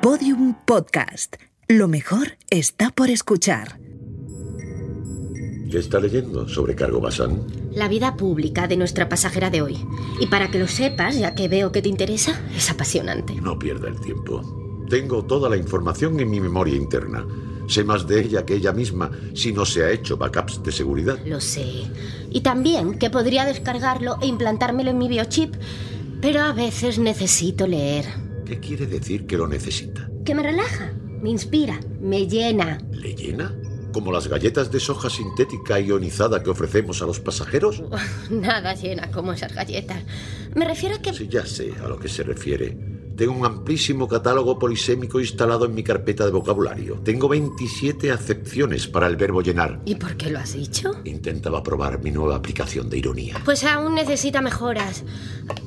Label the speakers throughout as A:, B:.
A: Podium Podcast. Lo mejor está por escuchar.
B: ¿Qué está leyendo sobre Cargo Bazán?
C: La vida pública de nuestra pasajera de hoy. Y para que lo sepas, ya que veo que te interesa, es apasionante.
B: No pierda el tiempo. Tengo toda la información en mi memoria interna. Sé más de ella que ella misma si no se ha hecho backups de seguridad.
C: Lo sé. Y también que podría descargarlo e implantármelo en mi biochip, pero a veces necesito leer.
B: ¿Qué quiere decir que lo necesita?
C: Que me relaja, me inspira, me llena.
B: ¿Le llena? ¿Como las galletas de soja sintética ionizada que ofrecemos a los pasajeros?
C: Nada llena como esas galletas. Me refiero a que...
B: Sí, ya sé a lo que se refiere. Tengo un amplísimo catálogo polisémico instalado en mi carpeta de vocabulario. Tengo 27 acepciones para el verbo llenar.
C: ¿Y por qué lo has dicho?
B: Intentaba probar mi nueva aplicación de ironía.
C: Pues aún necesita mejoras.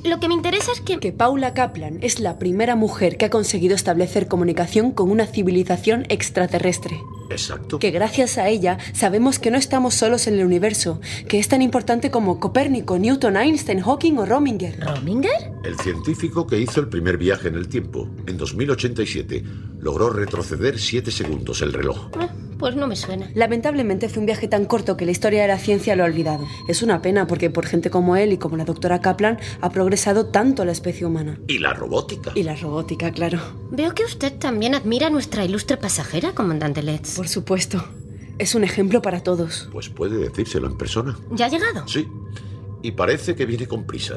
C: Lo que me interesa es que...
D: Que Paula Kaplan es la primera mujer que ha conseguido establecer comunicación con una civilización extraterrestre.
B: Exacto.
D: Que gracias a ella sabemos que no estamos solos en el universo, que es tan importante como Copérnico, Newton, Einstein, Hawking o Rominger.
C: ¿Rominger?
B: El científico que hizo el primer viaje en el tiempo, en 2087, logró retroceder 7 segundos el reloj.
C: Eh, Pues no me suena.
D: Lamentablemente fue un viaje tan corto que la historia de la ciencia lo ha olvidado. Es una pena porque por gente como él y como la doctora Kaplan ha progresado tanto la especie humana.
B: Y la robótica.
D: Y la robótica, claro.
C: Veo que usted también admira a nuestra ilustre pasajera, comandante Letts.
D: Por supuesto. Es un ejemplo para todos.
B: Pues puede decírselo en persona.
C: ¿Ya ha llegado?
B: Sí. Y parece que viene con prisa.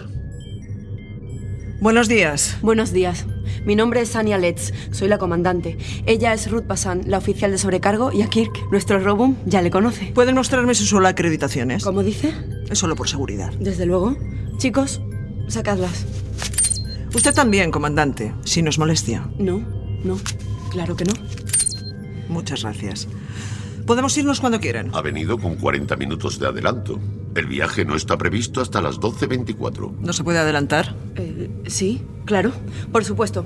E: Buenos días.
D: Buenos días. Mi nombre es Ania Letts, soy la comandante. Ella es Ruth Passan, la oficial de sobrecargo, y a Kirk, nuestro Robum, ya le conoce.
E: ¿Pueden mostrarme sus solo acreditaciones?
D: ¿Cómo dice?
E: Es solo por seguridad.
D: Desde luego. Chicos, sacadlas.
E: Usted también, comandante, si nos molestia.
D: No, no, claro que no.
E: Muchas gracias. Podemos irnos cuando quieran.
B: Ha venido con 40 minutos de adelanto. El viaje no está previsto hasta las 12.24.
E: ¿No se puede adelantar?
D: Eh, sí, claro, por supuesto.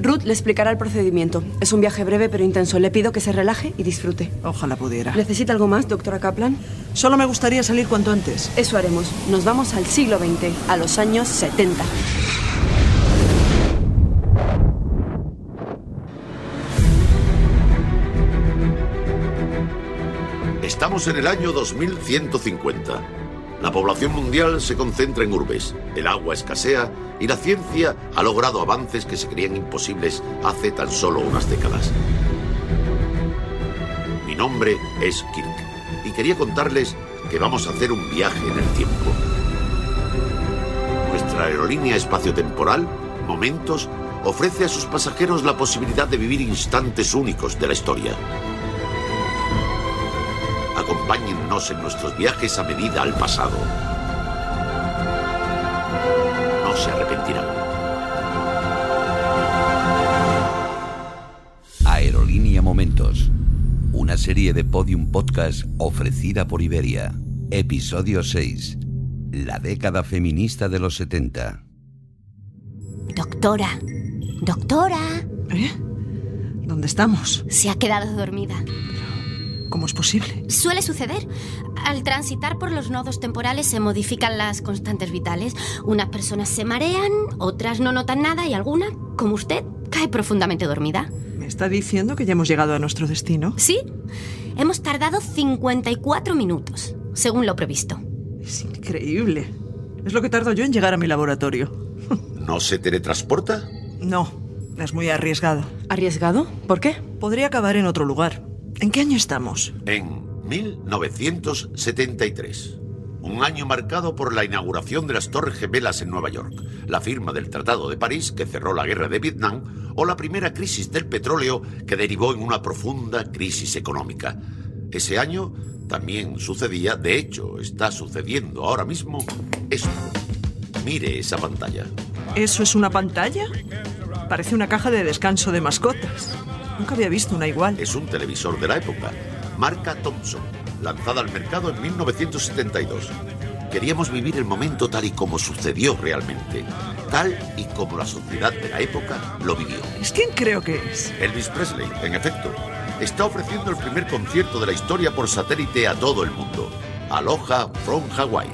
D: Ruth le explicará el procedimiento. Es un viaje breve pero intenso. Le pido que se relaje y disfrute.
E: Ojalá pudiera.
D: ¿Necesita algo más, doctora Kaplan?
E: Solo me gustaría salir cuanto antes.
D: Eso haremos. Nos vamos al siglo XX, a los años 70.
B: Estamos en el año 2150. La población mundial se concentra en urbes, el agua escasea y la ciencia ha logrado avances que se creían imposibles hace tan solo unas décadas. Mi nombre es Kirk y quería contarles que vamos a hacer un viaje en el tiempo. Nuestra aerolínea espaciotemporal, Momentos, ofrece a sus pasajeros la posibilidad de vivir instantes únicos de la historia. Acompáñennos en nuestros viajes a medida al pasado. No se arrepentirán.
F: Aerolínea Momentos. Una serie de podium podcast ofrecida por Iberia. Episodio 6. La década feminista de los 70.
C: Doctora. Doctora.
E: ¿Eh? ¿Dónde estamos?
C: Se ha quedado dormida.
E: ¿Cómo es posible?
C: Suele suceder. Al transitar por los nodos temporales se modifican las constantes vitales. Unas personas se marean, otras no notan nada y alguna, como usted, cae profundamente dormida.
E: ¿Me está diciendo que ya hemos llegado a nuestro destino?
C: ¿Sí? Hemos tardado 54 minutos, según lo previsto.
E: Es increíble. Es lo que tardo yo en llegar a mi laboratorio.
B: ¿No se teletransporta?
E: No, es muy arriesgado.
D: ¿Arriesgado? ¿Por qué?
E: Podría acabar en otro lugar. ¿En qué año estamos?
B: En 1973. Un año marcado por la inauguración de las Torres Gemelas en Nueva York, la firma del Tratado de París que cerró la guerra de Vietnam o la primera crisis del petróleo que derivó en una profunda crisis económica. Ese año también sucedía, de hecho está sucediendo ahora mismo, esto. Mire esa pantalla.
E: ¿Eso es una pantalla? Parece una caja de descanso de mascotas. Nunca había visto una igual.
B: es un televisor de la época, marca Thompson, lanzada al mercado en 1972. Queríamos vivir el momento tal y como sucedió realmente, tal y como la sociedad de la época lo vivió.
E: ¿Es quién creo que es?
B: Elvis Presley, en efecto, está ofreciendo el primer concierto de la historia por satélite a todo el mundo. Aloha from Hawaii.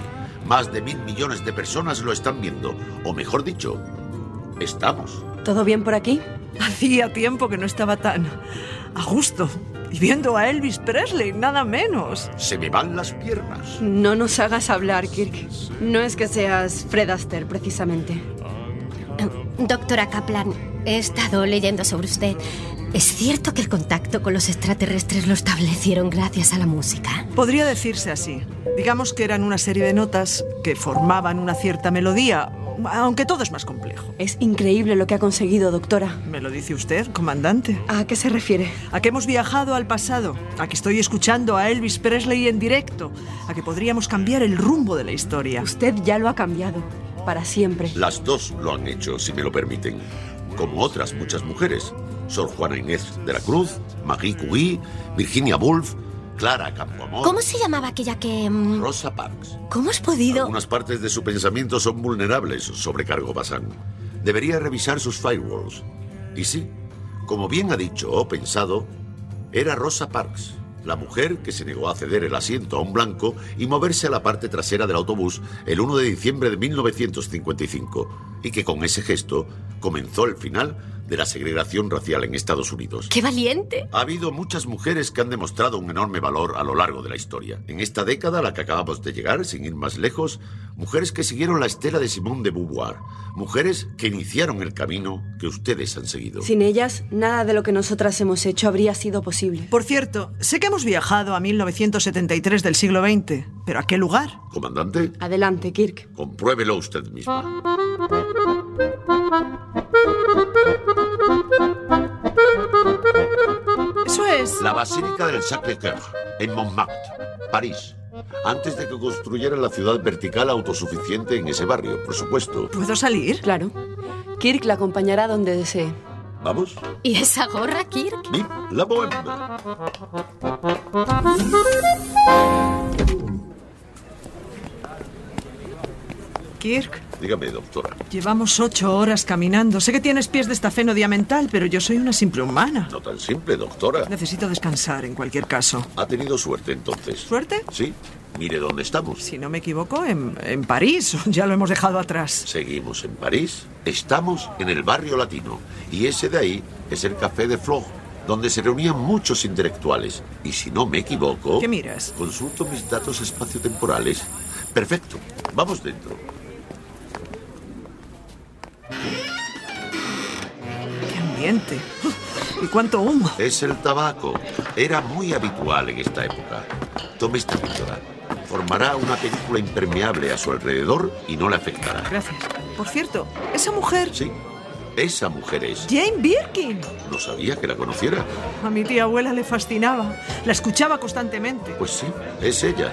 B: Más de mil millones de personas lo están viendo, o mejor dicho, estamos
D: ¿Todo bien por aquí?
E: Hacía tiempo que no estaba tan a gusto. Y viendo a Elvis Presley, nada menos.
B: Se me van las piernas.
D: No nos hagas hablar, Kirk. No es que seas Fred Astaire, precisamente.
C: Em, Doctora Kaplan, he estado leyendo sobre usted. ¿Es cierto que el contacto con los extraterrestres lo establecieron gracias a la música?
E: Podría decirse así. Digamos que eran una serie de notas que formaban una cierta melodía, aunque todo es más complejo.
D: Es increíble lo que ha conseguido, doctora.
E: ¿Me lo dice usted, comandante?
D: ¿A qué se refiere?
E: A que hemos viajado al pasado, a que estoy escuchando a Elvis Presley en directo, a que podríamos cambiar el rumbo de la historia.
D: Usted ya lo ha cambiado. Para siempre.
B: Las dos lo han hecho, si me lo permiten. Como otras muchas mujeres. Sor Juana Inés de la Cruz, Marie Curie, Virginia Woolf, Clara Campoamor.
C: ¿Cómo se llamaba aquella que... mm,
B: Rosa Parks.
C: ¿Cómo has podido...?
B: Algunas partes de su pensamiento son vulnerables, sobrecargo Bazán. Debería revisar sus firewalls. Y sí, como bien ha dicho o pensado, era Rosa Parks, la mujer que se negó a ceder el asiento a un blanco y moverse a la parte trasera del autobús el 1 de diciembre de 1955, y que con ese gesto comenzó el final de la segregación racial en Estados Unidos.
C: ¡Qué valiente!
B: Ha habido muchas mujeres que han demostrado un enorme valor a lo largo de la historia. En esta década a la que acabamos de llegar, sin ir más lejos, mujeres que siguieron la estela de Simone de Beauvoir, mujeres que iniciaron el camino que ustedes han seguido.
D: Sin ellas, nada de lo que nosotras hemos hecho habría sido posible.
E: Por cierto, sé que hemos viajado a 1973 del siglo XX, pero ¿a qué lugar?
B: Comandante,
D: Adelante, Kirk.
B: compruébelo usted misma.
E: Eso es...
B: La Basílica del Sacré-Cœur, en Montmartre, París. Antes de que construyeran la ciudad vertical autosuficiente en ese barrio, por supuesto.
E: ¿Puedo salir?
D: Claro. Kirk la acompañará donde desee.
B: Vamos,
C: ¿Y esa gorra, Kirk?
B: vive la bohème.
E: Kirk,
B: Dígame, doctora,
E: llevamos ocho horas caminando. Sé que tienes pies de estafeno diamantal, pero yo soy una simple humana.
B: no tan simple, doctora.
E: Necesito descansar en cualquier caso.
B: Ha tenido suerte entonces.
E: ¿Suerte?
B: Sí, mire dónde estamos.
E: Si no me equivoco, en, en París. Ya lo hemos dejado atrás.
B: Seguimos en París, estamos en el barrio latino y ese de ahí es el Café de Flog, donde se reunían muchos intelectuales. Y si no me equivoco...
E: ¿Qué miras?
B: Consulto mis datos espaciotemporales. Perfecto, vamos dentro.
E: ¡Qué ambiente! ¡Uf! ¿Y cuánto humo?
B: Es el tabaco. Era muy habitual en esta época. Tome esta píldora. Formará una película impermeable a su alrededor y no le afectará.
E: Gracias. Por cierto, esa mujer,
B: Sí, esa mujer es.
E: Jane Birkin.
B: No sabía que la conociera.
E: A mi tía abuela le fascinaba. La escuchaba constantemente.
B: Pues sí, es ella.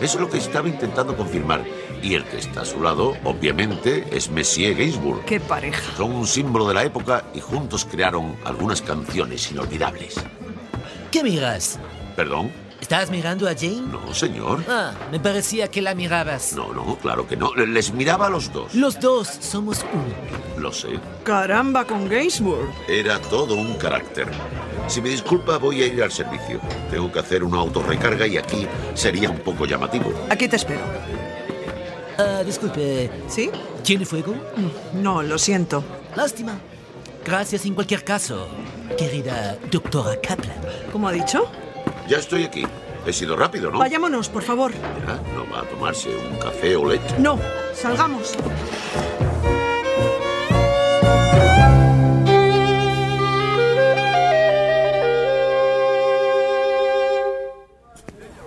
B: Es lo que estaba intentando confirmar. Y el que está a su lado, obviamente, es Messier Gainsbourg.
E: ¡Qué pareja!
B: Son un símbolo de la época y juntos crearon algunas canciones inolvidables.
G: ¿Qué miras?
B: ¿Perdón?
G: ¿Estás mirando a Jane?
B: No, señor.
G: Ah, me parecía que la mirabas.
B: No, no, claro que no. Les miraba a los dos.
G: Los dos somos uno.
B: Lo sé.
E: Caramba con Gainsbourg.
B: Era todo un carácter. Si me disculpa, voy a ir al servicio. Tengo que hacer una autorrecarga y aquí sería un poco llamativo.
E: Aquí te espero.
G: Ah, disculpe,
E: ¿Sí?
G: ¿tiene fuego?
E: No, lo siento.
G: Lástima. Gracias en cualquier caso, querida doctora Kaplan.
E: ¿Cómo ha dicho?
B: Ya estoy aquí. He sido rápido, ¿no?
E: Vayámonos, por favor.
B: Verá, No va a tomarse un café o leche.
E: No, salgamos.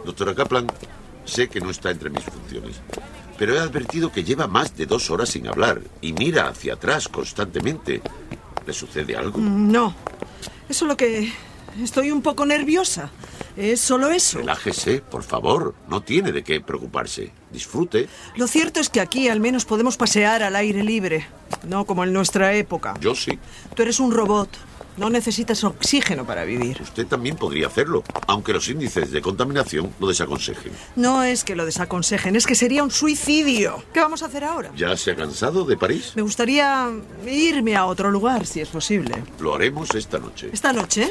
B: Doctora Kaplan, sé que no está entre mis funciones, pero he advertido que lleva más de dos horas sin hablar y mira hacia atrás constantemente. ¿Le sucede algo?
E: No. Eso es lo que... Estoy un poco nerviosa. Es solo eso.
B: Relájese, por favor. No tiene de qué preocuparse. Disfrute.
E: Lo cierto es que aquí al menos podemos pasear al aire libre. No como en nuestra época.
B: Yo sí.
E: Tú eres un robot. No necesitas oxígeno para vivir.
B: Usted también podría hacerlo, aunque los índices de contaminación lo desaconsejen.
E: No es que lo desaconsejen, es que sería un suicidio. ¿Qué vamos a hacer ahora?
B: ¿Ya se ha cansado de París?
E: Me gustaría irme a otro lugar, si es posible.
B: Lo haremos esta noche.
E: ¿Esta noche?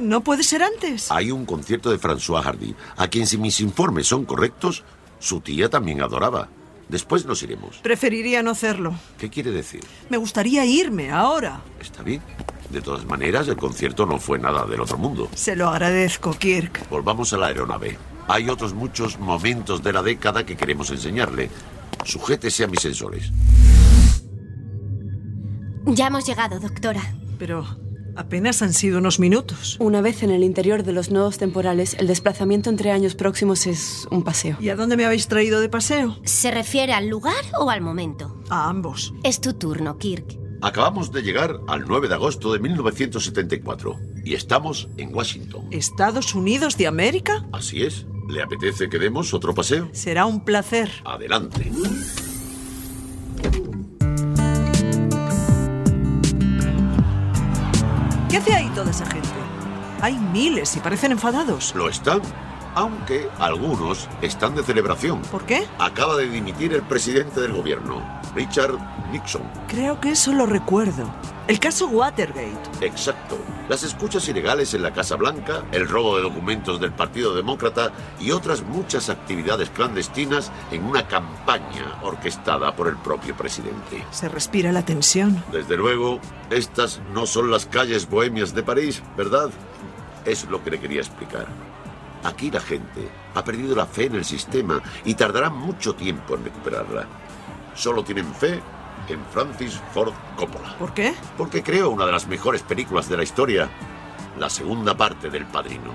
E: ¿No puede ser antes?
B: Hay un concierto de François Hardy, a quien si mis informes son correctos, su tía también adoraba. Después nos iremos.
E: Preferiría no hacerlo.
B: ¿Qué quiere decir?
E: Me gustaría irme ahora.
B: Está bien. De todas maneras, el concierto no fue nada del otro mundo.
E: Se lo agradezco, Kirk.
B: Volvamos a la aeronave. Hay otros muchos momentos de la década que queremos enseñarle. Sujétese a mis sensores.
C: Ya hemos llegado, doctora.
E: Pero apenas han sido unos minutos.
D: Una vez en el interior de los nodos temporales, el desplazamiento entre años próximos es un paseo.
E: ¿Y a dónde me habéis traído de paseo?
C: ¿Se refiere al lugar o al momento?
E: A ambos.
C: Es tu turno, Kirk.
B: Acabamos de llegar al 9 de agosto de 1974 y estamos en Washington.
E: ¿Estados Unidos de América?
B: Así es. ¿Le apetece que demos otro paseo?
E: Será un placer.
B: Adelante.
E: ¿Qué hace ahí toda esa gente? Hay miles y parecen enfadados.
B: Lo están, aunque algunos están de celebración.
E: ¿Por qué?
B: Acaba de dimitir el presidente del gobierno, Richard Nixon.
E: Creo que eso lo recuerdo. El caso Watergate.
B: Exacto. Las escuchas ilegales en la Casa Blanca, el robo de documentos del Partido Demócrata y otras muchas actividades clandestinas en una campaña orquestada por el propio presidente.
E: Se respira la tensión.
B: Desde luego, estas no son las calles bohemias de París, ¿verdad? Es lo que le quería explicar. Aquí la gente ha perdido la fe en el sistema y tardará mucho tiempo en recuperarla. Solo tienen fe en Francis Ford Coppola.
E: ¿Por qué?
B: Porque creó una de las mejores películas de la historia, la segunda parte del Padrino.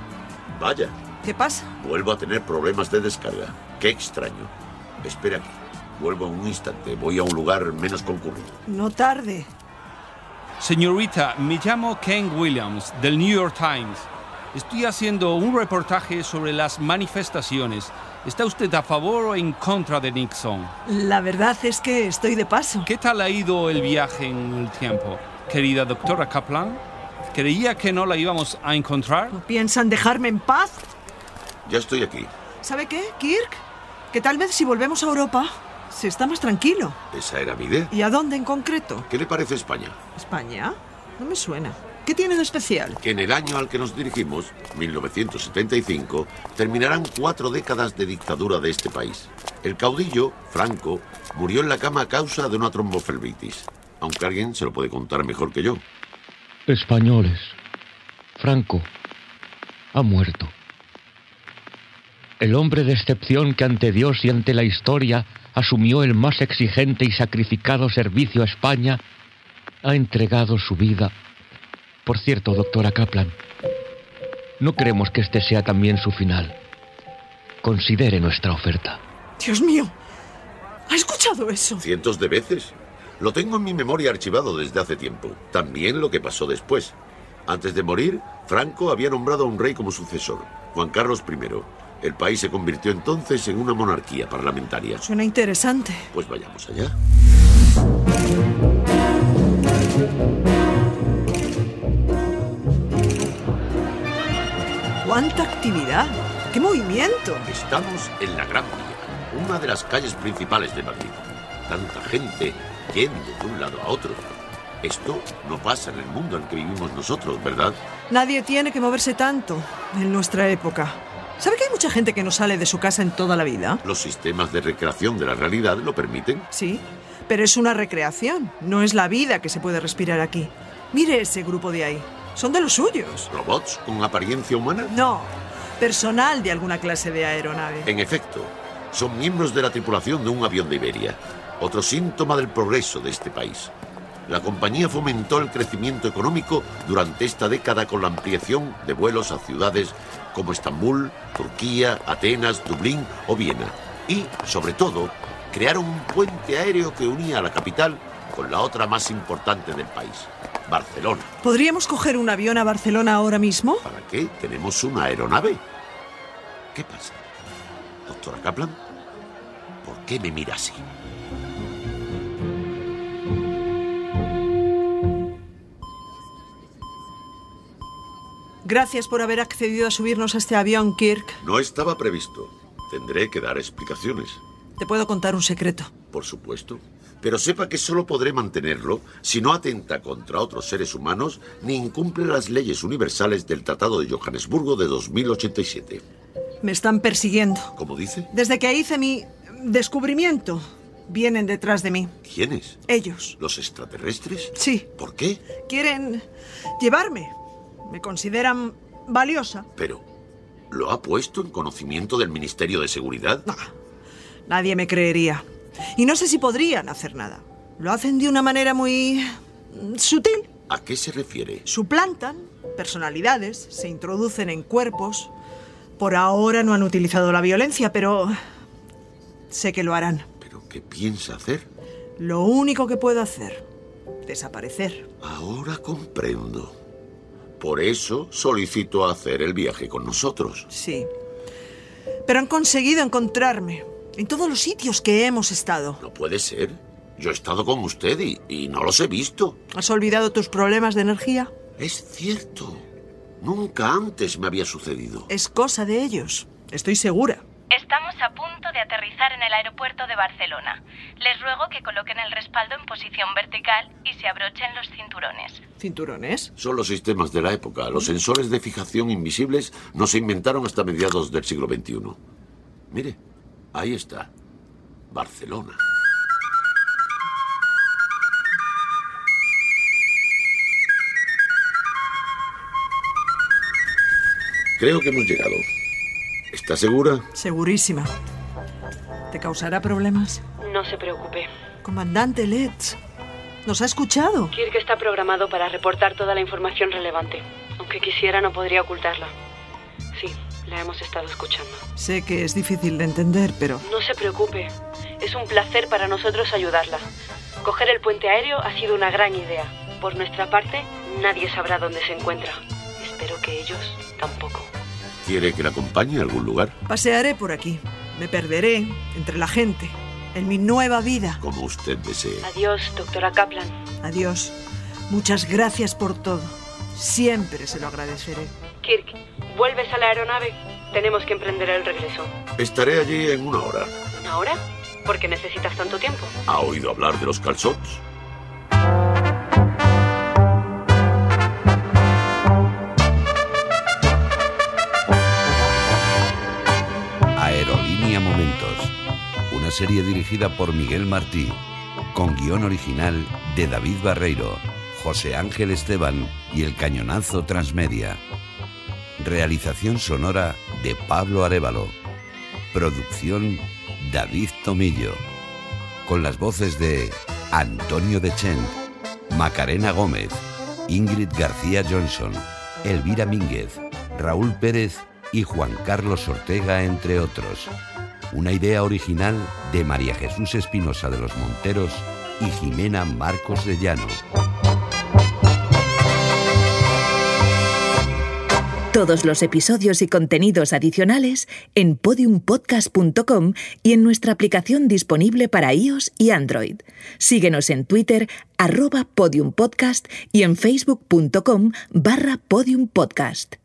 B: Vaya,
E: ¿Qué pasa?
B: vuelvo a tener problemas de descarga. Qué extraño. Espera aquí. Vuelvo en un instante. Voy a un lugar menos concurrido.
E: No tarde.
H: Señorita, me llamo Ken Williams, del New York Times. Estoy haciendo un reportaje sobre las manifestaciones. ¿Está usted a favor o en contra de Nixon?
E: La verdad es que estoy de paso.
H: ¿Qué tal ha ido el viaje en el tiempo, querida doctora Kaplan? ¿Creía que no la íbamos a encontrar?
E: ¿No piensan dejarme en paz?
B: Ya estoy aquí.
E: ¿Sabe qué, Kirk? Que tal vez si volvemos a Europa se está más tranquilo.
B: Esa era mi idea.
E: ¿Y a dónde en concreto?
B: ¿Qué le parece España?
E: ¿España? No me suena. ¿Qué tiene de especial?
B: Que en el año al que nos dirigimos, 1975, terminarán cuatro décadas de dictadura de este país. El caudillo, Franco, murió en la cama a causa de una trombofelvitis. Aunque alguien se lo puede contar mejor que yo.
I: Españoles, Franco ha muerto. El hombre de excepción que ante Dios y ante la historia asumió el más exigente y sacrificado servicio a España, ha entregado su vida. Por cierto, doctora Kaplan, no creemos que este sea también su final. Considere nuestra oferta.
E: Dios mío. ¿Ha escuchado eso?
B: Cientos de veces. Lo tengo en mi memoria archivado desde hace tiempo. También lo que pasó después. Antes de morir, Franco había nombrado a un rey como sucesor, Juan Carlos I. El país se convirtió entonces en una monarquía parlamentaria.
E: Suena interesante.
B: Pues vayamos allá.
E: ¿Cuánta actividad? ¡Qué movimiento!
B: Estamos en la Gran Vía, una de las calles principales de Madrid. Tanta gente yendo de un lado a otro. Esto no pasa en el mundo en que vivimos nosotros, ¿verdad?
E: Nadie tiene que moverse tanto en nuestra época. ¿Sabe que hay mucha gente que no sale de su casa en toda la vida?
B: Los sistemas de recreación de la realidad lo permiten.
E: Sí, pero es una recreación, no es la vida que se puede respirar aquí. Mire ese grupo de ahí, son de los suyos.
B: ¿Robots con apariencia humana?
E: No, personal de alguna clase de aeronave.
B: En efecto, son miembros de la tripulación de un avión de Iberia, otro síntoma del progreso de este país. La compañía fomentó el crecimiento económico durante esta década con la ampliación de vuelos a ciudades como Estambul, Turquía, Atenas, Dublín o Viena. Y, sobre todo, crearon un puente aéreo que unía a la capital con la otra más importante del país, Barcelona.
E: ¿Podríamos coger un avión a Barcelona ahora mismo?
B: ¿Para qué tenemos una aeronave? ¿Qué pasa? Doctora Kaplan, ¿por qué me mira así?
E: Gracias por haber accedido a subirnos a este avión, Kirk.
B: No estaba previsto. Tendré que dar explicaciones,
E: Te puedo contar un secreto.
B: por supuesto. Pero sepa que solo podré mantenerlo si no atenta contra otros seres humanos ni incumple las leyes universales del Tratado de Johannesburgo de 2087.
E: Me están persiguiendo.
B: ¿Cómo dice?
E: Desde que hice mi descubrimiento, Vienen detrás de mí.
B: ¿Quiénes?
E: Ellos.
B: ¿Los extraterrestres?
E: Sí.
B: ¿Por qué?
E: Quieren llevarme. Me consideran valiosa.
B: Pero, ¿lo ha puesto en conocimiento del Ministerio de Seguridad?
E: No, nadie me creería. Y no sé si podrían hacer nada. Lo hacen de una manera muy mm, sutil.
B: ¿A qué se refiere?
E: Suplantan personalidades, se introducen en cuerpos. Por ahora no han utilizado la violencia, pero sé que lo harán.
B: ¿Pero qué piensa hacer?
E: Lo único que puedo hacer, desaparecer.
B: Ahora comprendo. Por eso solicitó hacer el viaje con nosotros.
E: Sí. Pero han conseguido encontrarme en todos los sitios que hemos estado.
B: No puede ser. Yo he estado con usted y, y no los he visto.
E: ¿Has olvidado tus problemas de energía?
B: Es cierto. Nunca antes me había sucedido.
E: Es cosa de ellos, estoy segura.
J: Estamos a punto de aterrizar en el aeropuerto de Barcelona. Les ruego que coloquen el respaldo en posición vertical y se abrochen los cinturones.
E: ¿Cinturones?
B: Son los sistemas de la época. Los sensores de fijación invisibles no se inventaron hasta mediados del siglo XXI. Mire, ahí está. Barcelona. Creo que hemos llegado. ¿Está segura?
E: Segurísima. ¿Te causará problemas?
D: No se preocupe.
E: Comandante Letts, ¿nos ha escuchado?
D: Kirk está programado para reportar toda la información relevante. Aunque quisiera, no podría ocultarla. Sí, la hemos estado escuchando.
E: Sé que es difícil de entender, pero
D: No se preocupe. Es un placer para nosotros ayudarla. Coger el puente aéreo ha sido una gran idea. Por nuestra parte, nadie sabrá dónde se encuentra. Espero que ellos tampoco.
B: ¿Quiere que la acompañe a algún lugar?
E: pasearé por aquí. Me perderé entre la gente, en mi nueva vida.
B: Como usted desee.
D: Adiós, doctora Kaplan.
E: Adiós. Muchas gracias por todo. Siempre se lo agradeceré.
D: Kirk, ¿vuelves a la aeronave? Tenemos que emprender el regreso.
B: Estaré allí en una hora.
D: ¿Ahora? Porque necesitas tanto tiempo.
B: ¿Ha oído hablar de los calzots?
F: Aerolínea Momentos, una serie dirigida por Miguel Martí, con guión original de David Barreiro, José Ángel Esteban y El Cañonazo Transmedia. Realización sonora de Pablo Arevalo. Producción David Tomillo. Con las voces de Antonio Dechent, Macarena Gómez, Ingrid García Johnson, Elvira Mínguez, Raúl Pérez y Juan Carlos Ortega, entre otros. Una idea original de María Jesús Espinosa de los Monteros y Jimena Marcos de Llano.
A: Todos los episodios y contenidos adicionales en podiumpodcast.com y en nuestra aplicación disponible para iOS y Android. Síguenos en Twitter, arroba podiumpodcast y en facebook.com barra podiumpodcast.